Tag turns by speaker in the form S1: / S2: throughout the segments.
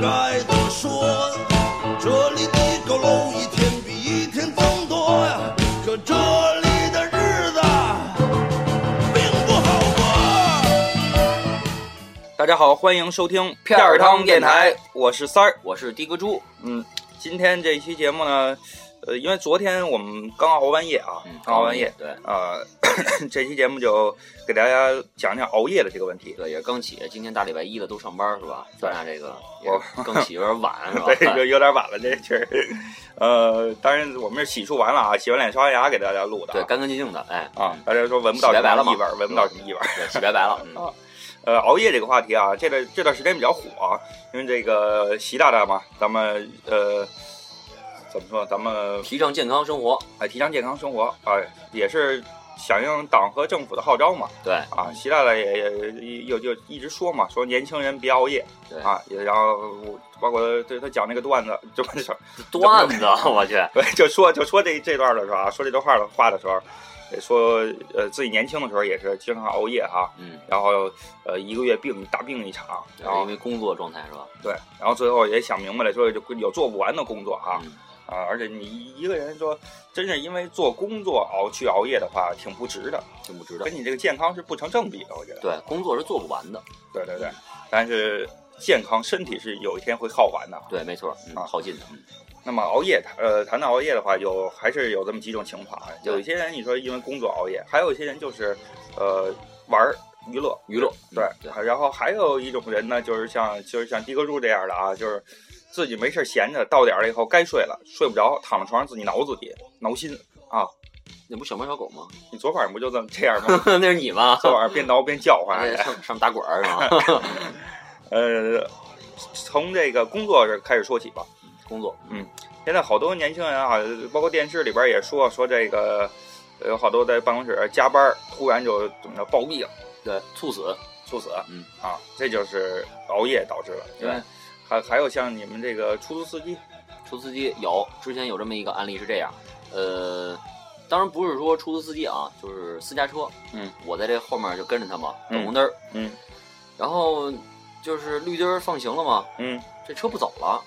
S1: 该都说，这里的佝偻一天比一天增多呀，可这里的日子并不好过。
S2: 大家好，欢迎收听
S3: 片儿汤电台，
S2: 我是三儿。
S3: 我是的哥猪，
S2: 嗯，今天这期节目呢，呃，因为昨天我们刚熬完夜啊，
S3: 嗯
S2: 刚熬完夜，
S3: 对
S2: 啊、 这期节目就给大家讲讲熬夜的这个问题。
S3: 对，也是更起。今天大礼拜一了，都上班是吧？咱俩这个
S2: 我
S3: 也更起有 点晚是吧？
S2: 哦
S3: 哎
S2: 对，有有点晚了，这确实。呃，当然我们是洗漱完了啊，洗完脸刷完牙给大家录的
S3: 对，
S2: 啊。
S3: 干干净净的，哎，
S2: 啊，大家说闻不到
S3: 洗白白
S2: 什
S3: 了
S2: 么
S3: 嘛
S2: 异味儿，闻不到什么异味儿。
S3: 对，洗白白了， 嗯，
S2: 啊，呃，熬夜这个话题啊，这段这段时间比较火、啊，因为这个习大大嘛，咱们呃，怎么说，咱们
S3: 提倡健康生活，
S2: 哎提倡健康生活啊、也是响应党和政府的号召嘛。
S3: 对
S2: 啊，习大大也也又就一直说嘛，说年轻人别熬夜
S3: 对，
S2: 啊，也然后我包括对他讲那个段子，就
S3: 段子，我去，
S2: 对，就说就说这这段的时候啊，说这段话的话的时候，也说呃自己年轻的时候也是经常熬夜哈、
S3: 嗯，
S2: 然后呃一个月病大病一场，
S3: 对
S2: 然后
S3: 因为工作状态是吧？
S2: 对，然后最后也想明白了，说就有做不完的工作啊、
S3: 嗯
S2: 啊，而且你一个人说真是因为做工作熬去熬夜的话，挺不值的，
S3: 挺不值得
S2: 跟。你这个健康是不成正比的，我觉得。
S3: 对，工作是做不完的，
S2: 对对对，但是健康身体是有一天会耗完的。
S3: 对，没错，嗯
S2: 啊
S3: 耗尽的，嗯
S2: 那么熬夜，呃，谈到熬夜的话，有还是有这么几种情况啊，
S3: 对
S2: 有一些人你说因为工作熬夜，还有一些人就是呃玩儿娱乐
S3: 娱乐，
S2: 对
S3: 嗯，对，
S2: 然后还有一种人呢，就是像就是像的哥猪这样的啊，就是自己没事儿闲着，到点儿了以后该睡了，睡不着，躺在床上自己挠自己，挠心啊。
S3: 那不小猫小狗吗？？
S2: 你昨晚上不就这么这样吗
S3: 那是你 吧？
S2: 昨晚上边挠边叫 唤，啊
S3: 哎上上面打滚 儿是吧？嗯
S2: 呃，从这个工作这开始说起吧。
S3: 工作，嗯
S2: 现在好多年轻人啊，包括电视里边也说说这个，呃有好多在办公室加班儿，突然就怎么着暴毙了，
S3: 对，猝死，
S2: 猝死。
S3: 嗯
S2: 啊，这就是熬夜导致了。
S3: 对
S2: 因为还还有像你们这个出租司机，
S3: 出租司机有，之前有这么一个案例是这样，呃，当然不是说出租司机啊，就是私家车，
S2: 嗯，
S3: 我在这后面就跟着他嘛，
S2: 嗯
S3: 等红灯儿，
S2: 嗯
S3: 然后就是绿灯儿放行了嘛，
S2: 嗯，
S3: 这车不走了，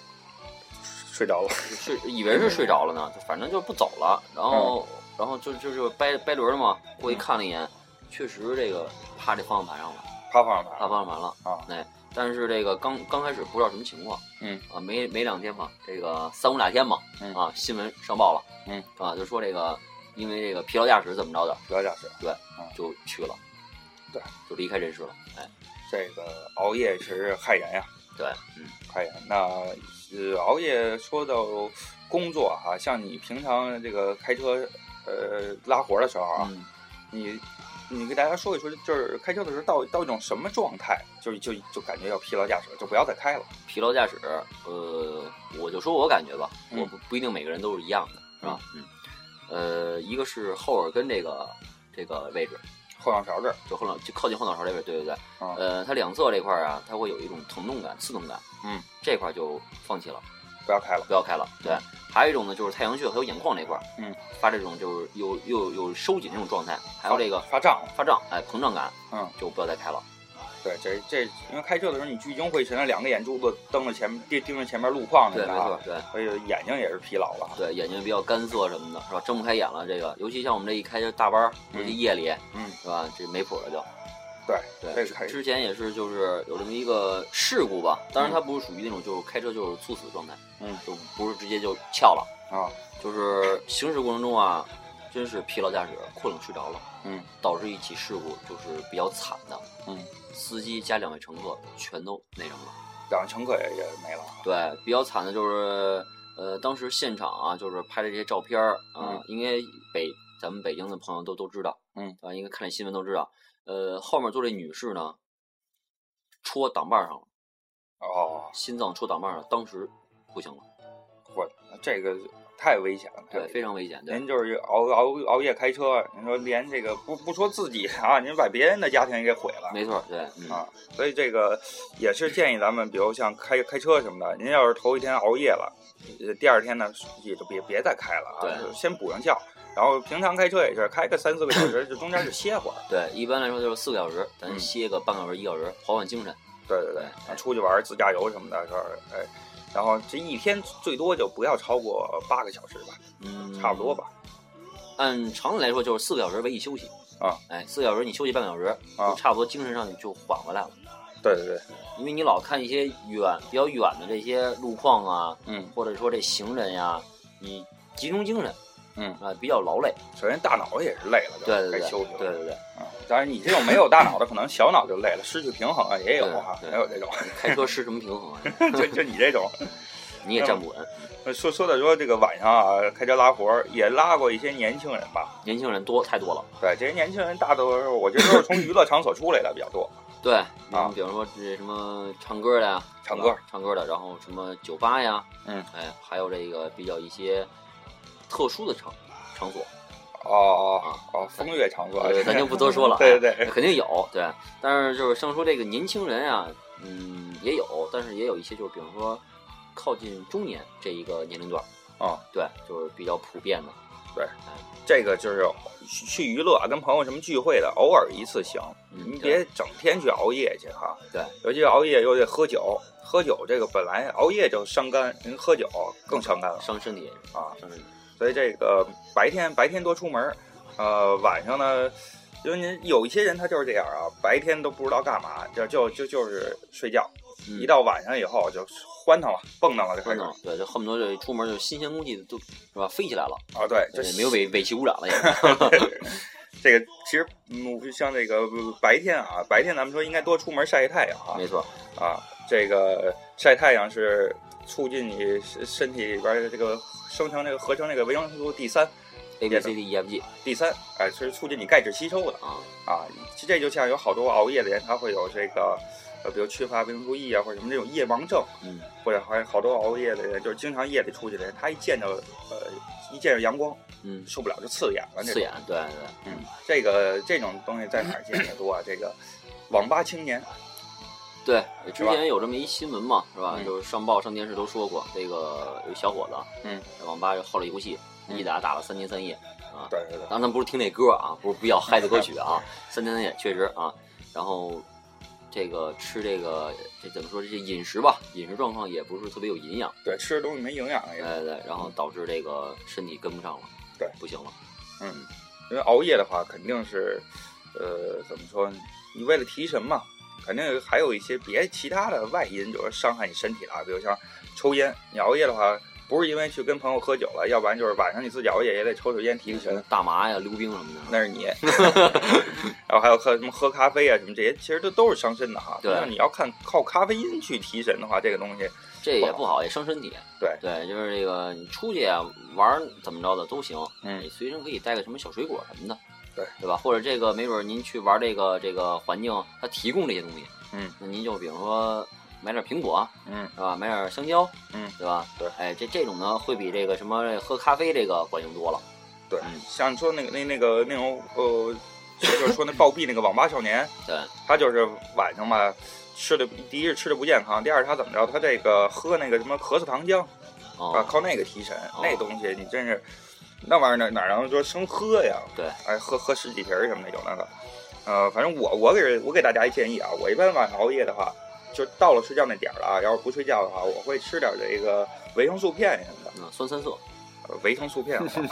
S2: 睡着了。
S3: 是以为是睡着了呢，就反正就不走了，然后、
S2: 嗯
S3: 然后就就就掰掰轮儿了嘛，过去看了一眼，确实这个趴这方向盘上了，
S2: 趴放
S3: 趴
S2: 了，
S3: 方向盘了
S2: 啊，
S3: 哎。但是这个刚刚开始不知道什么情况，
S2: 嗯
S3: 啊，没没两天嘛，这个三五两天嘛，
S2: 嗯
S3: 啊，新闻上报了，
S2: 嗯
S3: 啊，就说这个因为这个疲劳驾驶怎么着的，
S2: 主要驾驶。
S3: 就去了，
S2: 对，
S3: 就离开人世了，哎，
S2: 这个熬夜是害人呀，
S3: 对，嗯，
S2: 害人。那呃，熬夜说到工作哈、像你平常这个开车，呃，拉活的时候啊，
S3: 嗯
S2: 你你给大家说一说，就是开车的时候到到一种什么状态，就就就感觉要疲劳驾驶，就不要再开了。
S3: 疲劳驾驶，呃，我就说我感觉吧，
S2: 嗯
S3: 我不不一定每个人都是一样的，是吧？嗯，呃，一个是后耳根这个这个位置，
S2: 后脑勺这儿，
S3: 就后脑就靠近后脑勺这位置，对对对，
S2: 啊
S3: 呃，它两侧这块儿啊，它会有一种疼痛感、刺痛感，
S2: 嗯，
S3: 这块儿就放弃了。
S2: 不要开了。
S3: 不要开了。对，还有一种呢，就是太阳穴还有眼眶这块儿，
S2: 嗯，
S3: 发这种就是有有有收紧这种状态，还有这个
S2: 发胀了，
S3: 发胀，哎，膨胀感，
S2: 嗯，
S3: 就不要再开了。
S2: 对，这这因为开车的时候你聚精会神的两个眼珠子瞪着前面盯盯着前面路况什
S3: 对，
S2: 么
S3: 没
S2: 的
S3: 错
S2: 啊，，
S3: 对
S2: 所以眼睛也是疲劳了。
S3: 对，眼睛比较干涩什么的，是吧？睁不开眼了，这个，尤其像我们这一开大班儿，
S2: 嗯
S3: 尤其夜里，
S2: 嗯，
S3: 是吧？这没谱了就。
S2: 对，
S3: 对
S2: 这，是开
S3: 之前也是就是有这么一个事故吧，当然它不是属于那种就是开车就是猝死的状态，
S2: 嗯，
S3: 就不是直接就翘了，
S2: 啊，
S3: 就是行驶过程中啊，真是疲劳驾驶，困了睡着了，
S2: 嗯，
S3: 导致一起事故就是比较惨的，
S2: 嗯，
S3: 司机加两位乘客全都那什么了，
S2: 两个乘客也也没了。
S3: 对，比较惨的就是呃，当时现场啊，就是拍的这些照片儿啊，
S2: 嗯
S3: 应该北咱们北京的朋友都都知道，
S2: 嗯，
S3: 啊，应该看这新闻都知道，呃，后面坐这女士呢，戳挡把儿上了，
S2: 哦，
S3: 心脏戳挡把儿上了，当时不行了，
S2: 我这个太危险了。太
S3: 对，
S2: 危险
S3: 非常危险，对，
S2: 您就是熬熬熬夜开车，您说连这个不不说自己啊，您把别人的家庭也给毁了。
S3: 没错，对，嗯，
S2: 啊，所以这个也是建议咱们，比如像开开车什么的，您要是头一天熬夜了，呃，第二天呢也就别别再开了啊，
S3: 对
S2: 先补上觉，然后平常开车也是开个三四个小时，就中间就歇会儿。
S3: 对，一般来说就是四个小时，咱
S2: 嗯
S3: 歇个半个小时、一个小时，缓缓精神。
S2: 对对对
S3: 哎，
S2: 啊出去玩儿自驾游什么的，这儿哎，然后这一天最多就不要超过八个小时吧，
S3: 嗯，
S2: 差不多。吧。
S3: 按常理来说，就是四个小时为一休息
S2: 啊。
S3: 哎，四个小时你休息半个小时，
S2: 啊
S3: 就差不多精神上你就缓过来了。
S2: 对对对，
S3: 因为你老看一些远比较远的这些路况啊，
S2: 嗯，
S3: 或者说这行人呀、你集中精神，
S2: 嗯
S3: 啊、比较劳累。
S2: 首先大脑也是累了，就
S3: 对对
S2: 该
S3: 对，
S2: 休息了。
S3: 对对对，
S2: 啊，当然你这种没有大脑的，可能小脑就累了，失去平衡啊也有啊，
S3: 对
S2: 也
S3: 对
S2: 有这种，
S3: 开车失什么平衡啊？
S2: 就就你这种。
S3: 你也站不稳。
S2: 呃说说的说这个晚上啊，开车拉活儿也拉过一些年轻人吧。
S3: 年轻人多太多了。
S2: 对，这些年轻人大多数，我觉得都是从娱乐场所出来的比较 多。
S3: 对，你比方说这什么唱歌的呀，
S2: 啊唱
S3: 是吧
S2: 歌
S3: 唱歌的，然后什么酒吧呀，
S2: 嗯，
S3: 哎，还有这个比较一些特殊的场场所，
S2: 哦哦哦，风月场所，。
S3: 呃， 咱就不多说了
S2: 对对对
S3: 哎，肯定有，对。但是就是像说这个年轻人啊，嗯，也有，但是也有一些就是比方说靠近中年这一个年龄段，
S2: 哦，
S3: 对，就是比较普遍的。嗯
S2: 这个就是去去娱乐，啊跟朋友什么聚会的，偶尔一次行，
S3: 嗯
S2: 你别整天去熬夜去哈。
S3: 对，
S2: 尤其是熬夜又得喝酒，喝酒这个本来熬夜就伤肝，人喝酒更伤肝了
S3: 伤身体也是，
S2: 啊。
S3: 伤身体。
S2: 所以这个白天白天多出门儿，呃，晚上呢，因为您有一些人他就是这样啊，白天都不知道干嘛，就就就就是睡觉，
S3: 嗯
S2: 一到晚上以后就欢腾了，蹦腾了就开
S3: 等
S2: 始
S3: 等，对，就恨不得这出门就新鲜空气都是吧飞起来了，
S2: 啊，对，这
S3: 对没有尾尾气污染了也是。
S2: 这个其实，嗯，就像这个白天啊，白天咱们说应该多出门晒晒太阳啊
S3: 没错，
S2: 啊，这个晒太阳是促进你身身体里边儿的这个生成这个合成这个维生素 D 三
S3: A B C D E F G
S2: D 三，哎，是促进你钙质吸收的
S3: 啊，
S2: 啊。其实这就像有好多熬夜的人，他会有这个呃，比如缺乏维生素 E 啊，或者什么这种夜盲症，
S3: 嗯，
S2: 或者还有好多熬夜的人，就是经常夜里出去的人，他一见着呃一见着阳光
S3: 嗯，
S2: 受不了就刺眼了，那种
S3: 刺眼，对对，
S2: 嗯，这个这种东西在哪儿见得多啊？这个网吧青年，
S3: 对，之前有这么一新闻嘛，是吧？
S2: 嗯
S3: 就是上报、上电视都说过，这个有一小伙子，
S2: 嗯，
S3: 在网吧就耗了一游戏，
S2: 嗯
S3: 一打打了三天三夜。啊
S2: 对对对，
S3: 当然，咱不是听那歌啊，不是比较嗨的歌 曲啊，三天三夜确实啊。然后这个吃这个这怎么说？这些饮食吧，饮食状况也不是特别有营养，
S2: 对吃的东西没营养也
S3: 对，对对，然后导致这个身体跟不上了，
S2: 对，
S3: 不行了，
S2: 嗯，因为熬夜的话肯定是，呃，怎么说？你为了提神嘛，肯定还有一些别其他的外因，就是伤害你身体的啊，比如像抽烟，你熬夜的话。不是因为去跟朋友喝酒了，要不然就是晚上你自己熬夜也得抽抽烟提提神，
S3: 大麻呀、溜冰什么的，
S2: 那是 你。然后还有喝什么喝咖啡啊什么这些，其实这都是伤身的哈。
S3: 对
S2: 那你要看靠咖啡因去提神的话，这个东西
S3: 这也不好，也伤身体。
S2: 对
S3: 对，就是这个你出去啊玩儿怎么着的都行，
S2: 嗯
S3: 你随身可以带个什么小水果什么的，
S2: 对
S3: 对吧？或者这个没准儿您去玩这个这个环境，它提供这些东西，
S2: 嗯，
S3: 那您就比如说买点苹果
S2: 嗯
S3: 是吧？买点香蕉，
S2: 嗯，
S3: 对吧？
S2: 对
S3: 哎，这这种呢会比这个什么喝咖啡这个管用多了。
S2: 对
S3: 嗯，
S2: 像你说那个那那个那种呃，就是说那暴毙那个网吧少年，
S3: 对，
S2: 他就是晚上吧，吃的第一是吃的不健康，第二他怎么着，他这个喝那个什么咳嗽糖浆啊，
S3: 哦，
S2: 靠那个提神
S3: 哦，
S2: 那东西你真是那玩意儿哪哪能说生喝呀？
S3: 对，
S2: 哎，喝喝十几瓶儿什么的有那个，呃，反正我我给我给大家一建议啊，我一般晚上熬夜的话，就到了睡觉那点儿了啊，要是不睡觉的话，我会吃点这个维生素片什么的。
S3: 嗯，酸三色，
S2: 呃维生素片的话，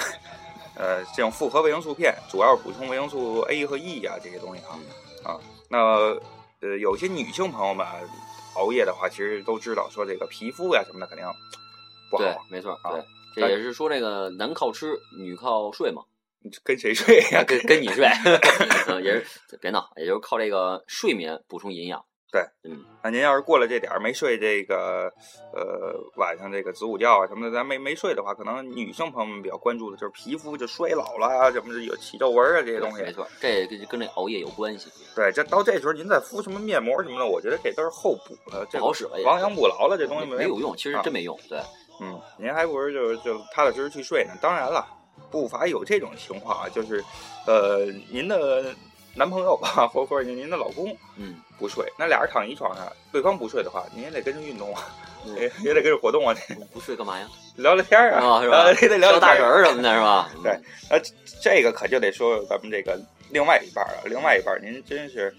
S2: 呃，这种复合维生素片主要是补充维生素 A 和 E 啊这些东西啊
S3: 嗯
S2: 啊。那呃，有些女性朋友们啊熬夜的话，其实都知道说这个皮肤呀、什么的肯定不
S3: 对
S2: 好，，
S3: 没错，
S2: 啊
S3: 对，这
S2: 但
S3: 也是说这个男靠吃，女靠睡嘛。
S2: 你跟谁睡呀、
S3: 跟跟你睡， 嗯也是别闹，也就是靠这个睡眠补充营养。
S2: 那您要是过了这点儿没睡这个呃晚上这个子午觉啊什么的，咱没没睡的话，可能女性朋友们比较关注的就是皮肤就衰老了啊，什么的有起皱纹啊这些东西
S3: 没。错，这也跟跟这熬夜有关系。
S2: 对，这到这时候您再敷什么面膜什么的，我觉得这都是后补了，这
S3: 不好使了也
S2: 亡羊补牢了，这东西
S3: 没有用，其实
S2: 啊
S3: 真没用。对，
S2: 嗯，您还不如就是就踏踏实实去睡呢。当然了，不乏有这种情况啊，就是呃，您的男朋友吧，或或者您的老公
S3: 嗯，
S2: 不睡，那俩人躺一床上，对方不睡的话，您也得跟着运动啊，
S3: 嗯
S2: 也也得跟着活动啊，
S3: 不不睡干嘛呀？
S2: 聊聊天儿啊，
S3: 啊，是吧
S2: 啊？也得聊
S3: 敲
S2: 聊
S3: 大
S2: 天
S3: 神
S2: 儿啊
S3: 儿什么的，是吧？嗯
S2: 对，啊这个可就得说咱们这个另外一半儿了，另外一半儿您真是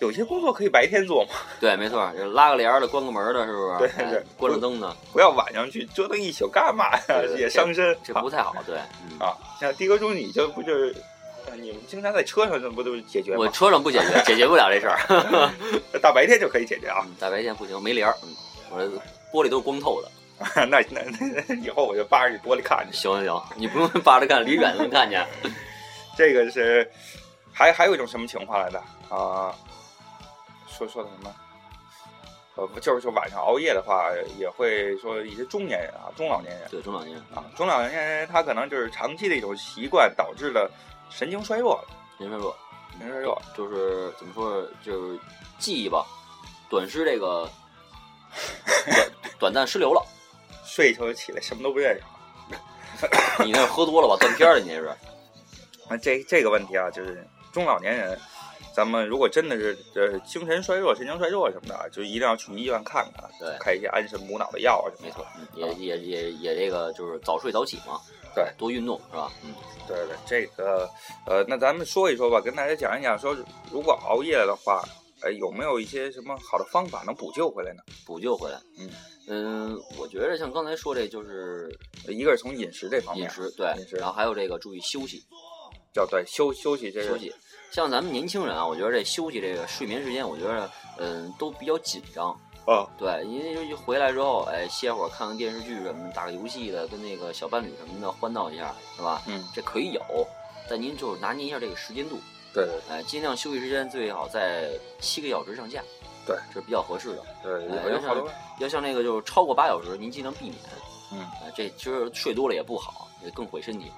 S2: 有些工作可以白天做嘛，
S3: 对，没错，就拉个帘儿的，关个门儿的，是不
S2: 对
S3: 是？哎
S2: 对
S3: 关了灯的，
S2: 不要晚上去折腾一宿干 嘛呀
S3: 对？对
S2: 也伤身。
S3: 这不太好。 对，嗯
S2: 啊，像的哥中你这不就是，呃你们经常在车上这不都是解决
S3: 我
S2: 吗？
S3: 车上不解决，解决不了这事儿。
S2: 大白天就可以解决啊。
S3: 嗯大白天不行，没帘儿，嗯，我这玻璃都是光透的。
S2: 那那那以后我就扒着你玻璃看去。
S3: 行行行，你不用 扒着看，离远能看见。
S2: 这个是，还还有一种什么情况来的啊？说说的什么？呃，不就是说晚上熬夜的话，也会说一些中年人啊、中老年人
S3: 对，中老年人
S2: 啊，中老年人他可能就是长期的一种习惯导致了神经衰弱了，
S3: 您说说，
S2: 神经衰弱
S3: 就是怎么说，就是记忆吧，短失这个短短暂失流了。
S2: 睡一宿起来什么都不认识。啊
S3: 你那是喝多了吧？断片儿了，你那是。
S2: 那这这个问题啊，就是中老年人，咱们如果真的是呃精神衰弱、神经衰弱什么的啊，就一定要去医院看看啊，
S3: 对
S2: 开一些安神补脑的药啊什么
S3: 没
S2: 的。
S3: 错，嗯也也也也这个就是早睡早起嘛，
S2: 对，
S3: 多运动是吧？嗯，
S2: 对对，这个呃，那咱们说一说吧，跟大家讲一讲，说如果熬夜的话，呃，有没有一些什么好的方法能补救回来呢？
S3: 补救回来。
S2: 嗯
S3: 嗯我觉着像刚才说这就是
S2: 一个是从饮食这方面，
S3: 饮食，对
S2: 饮食，
S3: 然后还有这个注意休息，
S2: 要对休休息这个
S3: 休息。像咱们年轻人啊，我觉得这休息这个睡眠时间，我觉得嗯都比较紧张。
S2: 啊，
S3: 对，因为就一回来之后，哎，歇会儿，看看电视剧什么的，打个游戏的，跟那个小伴侣什么的欢闹一下，是吧？
S2: 嗯，
S3: 这可以有，但您就是拿捏一下这个时间度，
S2: 对对
S3: 哎，尽量休息时间最好在七个小时上下，
S2: 对，
S3: 这是比较合适的。
S2: 对，
S3: 哎
S2: 有有好多
S3: 要像那个就是超过八小时，您尽量避免。
S2: 嗯
S3: 哎，这其实睡多了也不好，也更毁身体。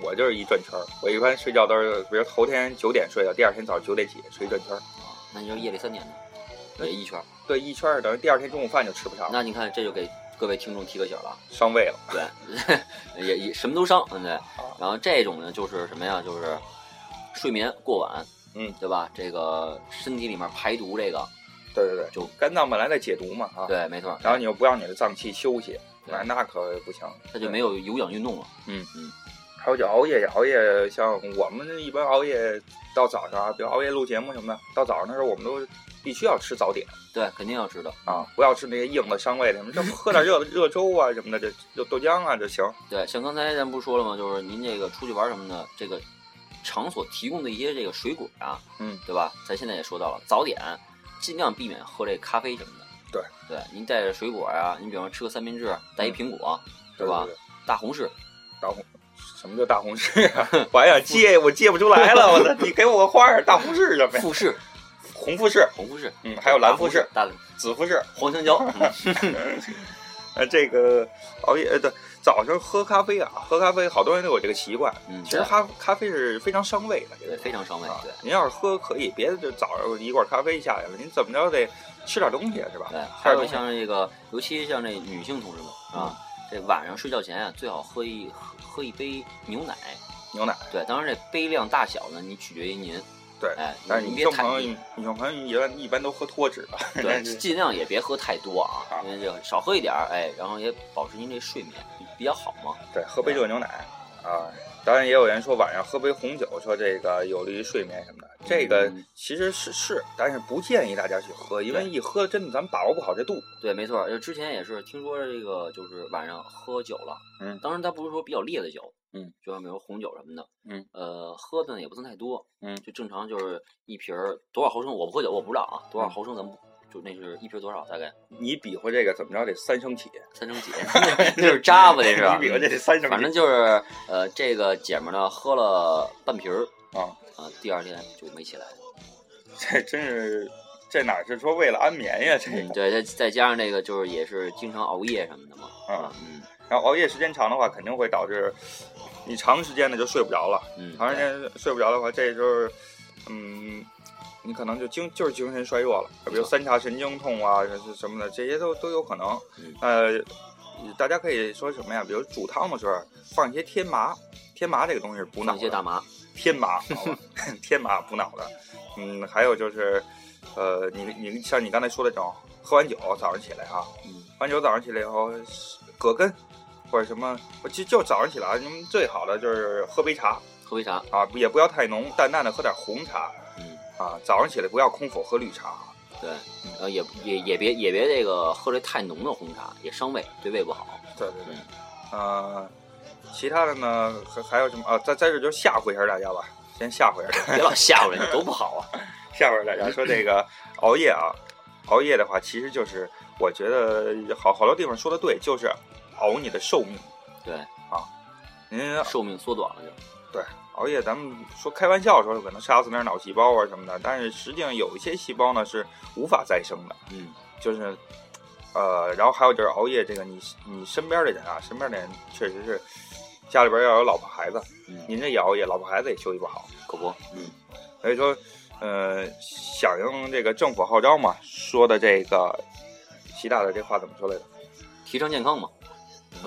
S2: 我就是一转圈儿，我一般睡觉都是，比如头天九点睡的，第二天早上九点起睡一转圈儿，
S3: 啊，那你就夜里三点呢，也一圈儿。
S2: 对，一圈儿等于第二天中午饭就吃不上了，
S3: 那你看，这就给各位听众提个醒了，
S2: 伤胃了。
S3: 对，也也什么都伤，嗯对。
S2: 啊
S3: 然后这种呢，就是什么呀？就是睡眠过晚，
S2: 嗯，
S3: 对吧？这个身体里面排毒这个，
S2: 对对对，
S3: 就
S2: 肝脏本来在解毒嘛啊，
S3: 对，没错。
S2: 然后你又不让你的脏器休息，
S3: 对
S2: 那那可不行，
S3: 它就没有有氧运动了。
S2: 还有就熬夜，熬夜像我们一般熬夜到早上啊，比如熬夜录节目什么的，到早上的时候我们都必须要吃早点
S3: 对，肯定要吃的。
S2: 啊，不要吃那些硬的伤胃的什么，这喝点热热粥啊什么的，这就豆浆啊就行。
S3: 对，像刚才咱不是说了吗？就是您这个出去玩什么的，这个场所提供的一些这个水果啊，
S2: 嗯，
S3: 对吧？咱现在也说到了，早点尽量避免喝这咖啡什么的。
S2: 对嗯
S3: 对，您带着水果啊，您比方说吃个三明治，带一苹果，对吧？
S2: 对？对
S3: 大红柿，
S2: 大红什么叫大红柿啊？ 我还想接，我接不出来了，我的，你给我个花儿，大红柿什么呀？
S3: 富士，
S2: 红富士、
S3: 红富士，
S2: 嗯还有蓝富士
S3: 士、大
S2: 紫富士，
S3: 黄香 蕉，嗯
S2: 呃，这个熬夜呃，对，早上喝咖啡啊，喝咖啡，好多人都有这个习惯。
S3: 嗯，
S2: 其实咖咖啡是非常伤胃的，这个
S3: 对，非常伤胃
S2: 啊，
S3: 对。
S2: 您要是喝可以，别就早上一罐咖啡下来了，您怎么着得吃点东西是吧？
S3: 对，
S2: 吃
S3: 还
S2: 点
S3: 有
S2: 东西。
S3: 像这个，尤其像这女性同志们啊，这晚上睡觉前啊，最好喝一喝喝一杯牛奶。
S2: 牛奶。
S3: 对，当然这杯量大小呢，你取决于您。
S2: 对
S3: 哎，
S2: 但是
S3: 您
S2: 女
S3: 别
S2: 性
S3: 太
S2: 朋 友，女性朋友一般一般都喝脱脂的，
S3: 对， 尽量也别喝太多啊
S2: 啊，
S3: 因为这个少喝一点儿，哎，然后也保持您这睡眠比较好嘛。
S2: 对，喝杯热牛奶啊。当然，也有人说晚上喝杯红酒，说这个有利于睡眠什么的。这个
S3: 嗯
S2: 其实是是，但是不建议大家去喝，因为
S3: 对
S2: 一喝真的咱们把握不好这度。
S3: 对，没错儿，就之前也是听说这个，就是晚上喝酒了，
S2: 嗯
S3: 当然它不是说比较烈的酒，
S2: 嗯，
S3: 就像比如红酒什么的，
S2: 嗯，
S3: 呃，喝的呢也不算太多，
S2: 嗯
S3: 就正常就是一瓶儿多少毫升，我不喝酒，我不知道啊，多少
S2: 嗯
S3: 毫升咱们就那是一瓶儿多少，大概
S2: 你比划这个怎么着得三升起，
S3: 三升几， 那是渣吧，那是，
S2: 你比划这得三升起，
S3: 啊反正就是呃，这个姐们儿呢喝了半瓶儿
S2: 啊，
S3: 啊，第二天就没起来。
S2: 这真是这哪是说为了安眠呀？这个
S3: 嗯，对，再再加上这个就是也是经常熬夜什么的嘛，
S2: 啊，
S3: 嗯
S2: 然后熬夜时间长的话，肯定会导致你长时间的就睡不着了。
S3: 嗯，
S2: 长时
S3: 对
S2: 间睡不着的话，这就是，嗯，你可能就精就是精神衰弱了，比如
S3: 错
S2: 三叉神经痛啊这是什么的，这些都都有可能
S3: 嗯。
S2: 呃，大家可以说什么呀？比如煮汤的时候放一些天麻，天麻这个东西是补脑
S3: 放一些大
S2: 的，
S3: 麻，
S2: 天麻，好吧 天麻补脑的。嗯，还有就是，呃，你你像你刚才说的这种，喝完酒早上起来啊，
S3: 嗯，
S2: 完酒早上起来以后，葛根或者什么，我就就早上起来，你们最好的就是喝杯茶
S3: 喝杯茶，
S2: 啊，也不要太浓，淡淡的喝点红茶，
S3: 嗯，
S2: 啊，早上起来不要空口喝绿茶啊。
S3: 对，然后也不也也别也别这个喝这太浓的红茶，也伤胃，对胃不好。
S2: 对对对，呃，其他的呢还还有什么啊？在在这就吓唬一下大家吧，先吓唬一下，
S3: 别老吓唬 人，多不好啊！
S2: 吓唬大家说这个熬夜啊，熬夜的话其实就是我觉得好好多地方说的对，就是熬你的寿命。
S3: 对，
S2: 您
S3: 寿命缩短了就。
S2: 熬夜，咱们说开玩笑说可能杀死点脑细胞啊什么的，但是实际上有一些细胞呢是无法再生的，
S3: 嗯，
S2: 就是，呃，然后还有就是熬夜，这个你你身边的人啊，身边的人确实是家里边要有老婆孩子，
S3: 嗯
S2: 您这也熬夜，老婆孩子也休息不好，
S3: 可不，
S2: 所以说，呃，响应这个政府号召嘛，说的这个习大的这话怎么说来着？
S3: 提倡健康嘛。嗯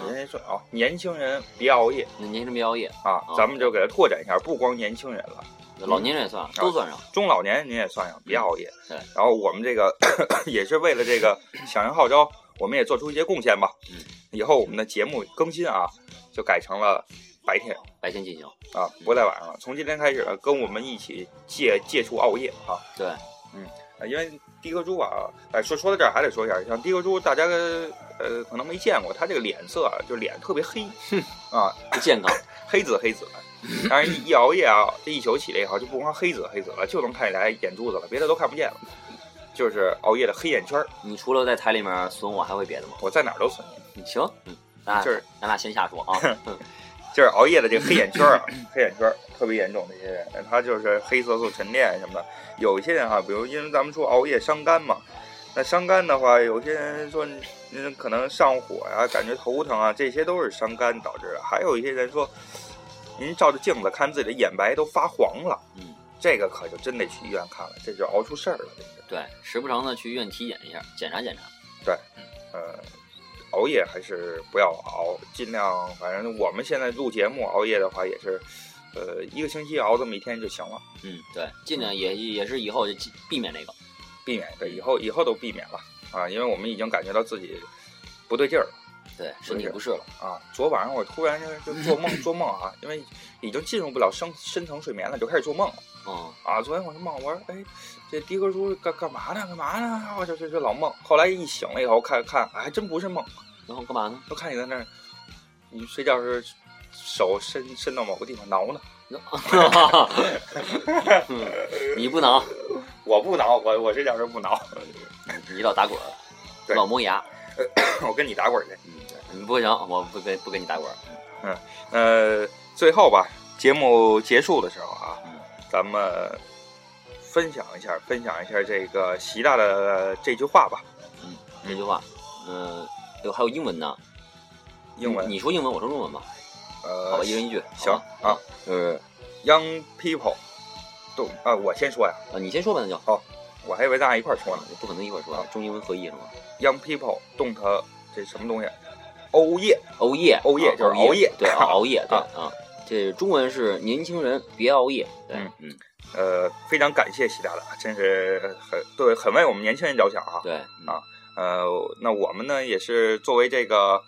S2: 人家说啊，年轻人别熬夜
S3: 那年轻人别熬夜，
S2: 啊，咱们就给它拓展一下，不光年轻人了。
S3: 那老年人也算，都算上。
S2: 中老年您也算上，别熬夜。
S3: 嗯对
S2: 然后我们这个 也是为了这个响应号召，我们也做出一些贡献吧。
S3: 嗯，
S2: 以后我们的节目更新啊，就改成了白天
S3: 白天进行。
S2: 啊，不在晚上了。从今天开始呢，跟我们一起戒戒除熬夜啊，
S3: 对，
S2: 呃因为的哥猪啊，哎，说说到这儿还得说一下，像的哥猪，大家呃可能没见过，他这个脸色啊，就脸特别黑，啊，
S3: 不健康。
S2: 黑紫黑紫的。但是一熬夜啊，这一宿起来以后，就不光黑紫黑紫了，就能看见来眼珠子了，别的都看不见了。就是熬夜的黑眼圈儿，
S3: 你除了在台里面损我，还会别的吗？
S2: 我在哪儿都损你。
S3: 你行，嗯，咱俩
S2: 就是
S3: 咱俩先下说 啊。嗯
S2: 就是熬夜的这个黑眼圈儿啊，黑眼圈儿特别严重。这些人，他就是黑色素沉淀什么的。有一些人啊，比如因为咱们说熬夜伤肝嘛，那伤肝的话，有些人说嗯可能上火呀、感觉头疼啊，这些都是伤肝导致的。还有一些人说，您照着镜子看自己的眼白都发黄了。
S3: 嗯，
S2: 这个可就真得去医院看了，这就熬出事儿了。这是，
S3: 对，时不常的去医院体检一下，检查检查。
S2: 呃，熬夜还是不要熬，尽量，反正我们现在录节目熬夜的话也是，呃，一个星期熬这么一天就行了，
S3: 嗯，对，尽量也也是以后就尽避免这个。
S2: 避免对，以后以后都避免了啊，因为我们已经感觉到自己不对劲儿了
S3: 对，身体不适了。
S2: 啊。昨晚上我突然就就做梦做梦啊，因为已经进入不了深深层睡眠了，就开始做梦了。
S3: 嗯，
S2: 啊，昨天我就梦，我说，哎，这的哥叔干干嘛呢？干嘛呢？啊我这这这老梦。后来一醒了以后，看看，哎还真不是梦，
S3: 然后干嘛呢？
S2: 都看你在那儿，你睡觉时候手伸伸到某个地方挠呢。
S3: 嗯 你不能，
S2: 我不挠，我我睡觉时候不挠。
S3: 你老打滚儿，
S2: 对
S3: 老磨牙。
S2: 我跟你打滚去。
S3: 嗯，对，你不行，我不跟不跟你打滚儿。
S2: 呃，最后吧，节目结束的时候啊
S3: 嗯，
S2: 咱们分享一下，分享一下这个习大的这句话吧。
S3: 这句话，嗯，有还有英文呢。
S2: 英文，
S3: 你说英文，我说中文吧。好
S2: 呃
S3: 吧，，一人一句。
S2: 行
S3: 好吧
S2: 啊，
S3: 呃，
S2: ，Young people，都啊，我先说呀，
S3: 啊你先说吧，那就。
S2: 我还以为咱俩一块儿说呢。
S3: 不可能一会儿说，中英文合译是吗？
S2: Young people don't 呃这什么东西？啊 Oh 欧耶，
S3: 熬夜，
S2: 熬夜
S3: 啊
S2: 就是熬夜
S3: 对，啊熬夜，对
S2: 啊
S3: 啊，这中文是年轻人别熬夜，对
S2: 嗯，
S3: 嗯，
S2: 呃，非常感谢习大大，真是很对，很为我们年轻人着想啊。
S3: 对，嗯
S2: 啊呃，那我们呢也是作为这个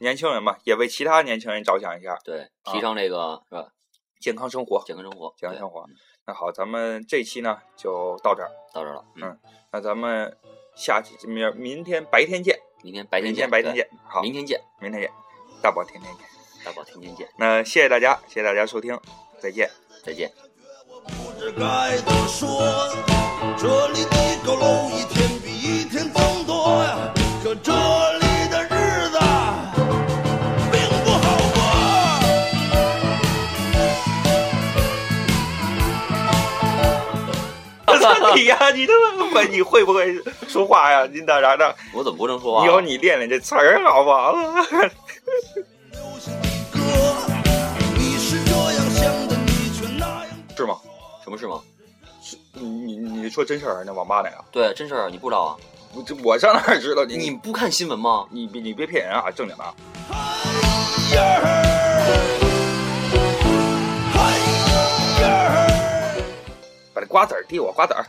S2: 年轻人嘛，也为其他年轻人着想一下，
S3: 对，提倡这个是吧？
S2: 健康生活。
S3: 健康生活，
S2: 健康
S3: 对
S2: 生活
S3: 嗯
S2: 那好，咱们这期呢就到这儿，
S3: 到这儿了，嗯
S2: 嗯，那咱们下期明明天白天见，
S3: 明天白天
S2: 明
S3: 见，
S2: 天白天
S3: 对，
S2: 见，好，
S3: 明天见，
S2: 明天见，大宝天天见。
S3: 大宝天天见，
S2: 那谢谢大家，谢谢大家收听，再见。
S3: 再见。
S1: 不知该怎么说，这里的佝偻一天比一天增多呀，可这里的日子并不好过。
S2: 我操你哎呀！你他妈会你会不会说话呀？你哪啥的？
S3: 我怎么不能说话？啊
S2: 以后你练练这词儿好不好？
S1: 流行的歌，你是这样想的，你却那样。
S2: 是吗？
S3: 什么事吗？
S2: 你你你说真事儿？那网吧那个，
S3: 对，真事儿你不知道啊？
S2: 我这我上哪儿知道？你
S3: 你
S2: 你
S3: 不看新闻吗？
S2: 你别你别骗人啊！正经的啊。
S1: 哎呀儿，哎呀儿。
S2: 把这瓜子儿递我，瓜子儿，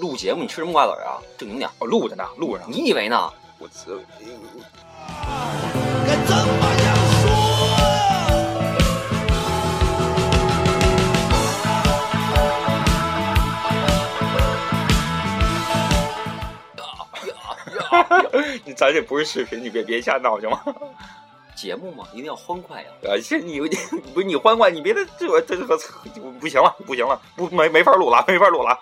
S3: 录节目你吃什么瓜子儿啊？正经点儿，
S2: 哦，录着呢，录着呢。
S3: 你以为呢？
S2: 我我我
S1: 该怎么样说呀？
S2: 你咱这不是视频，你别别瞎闹行吗？
S3: 节目嘛，一定要欢快呀、
S2: 啊，是你你不是你欢欢，你别的这我这这我不行了，不行了，不没没法录了，没法录了。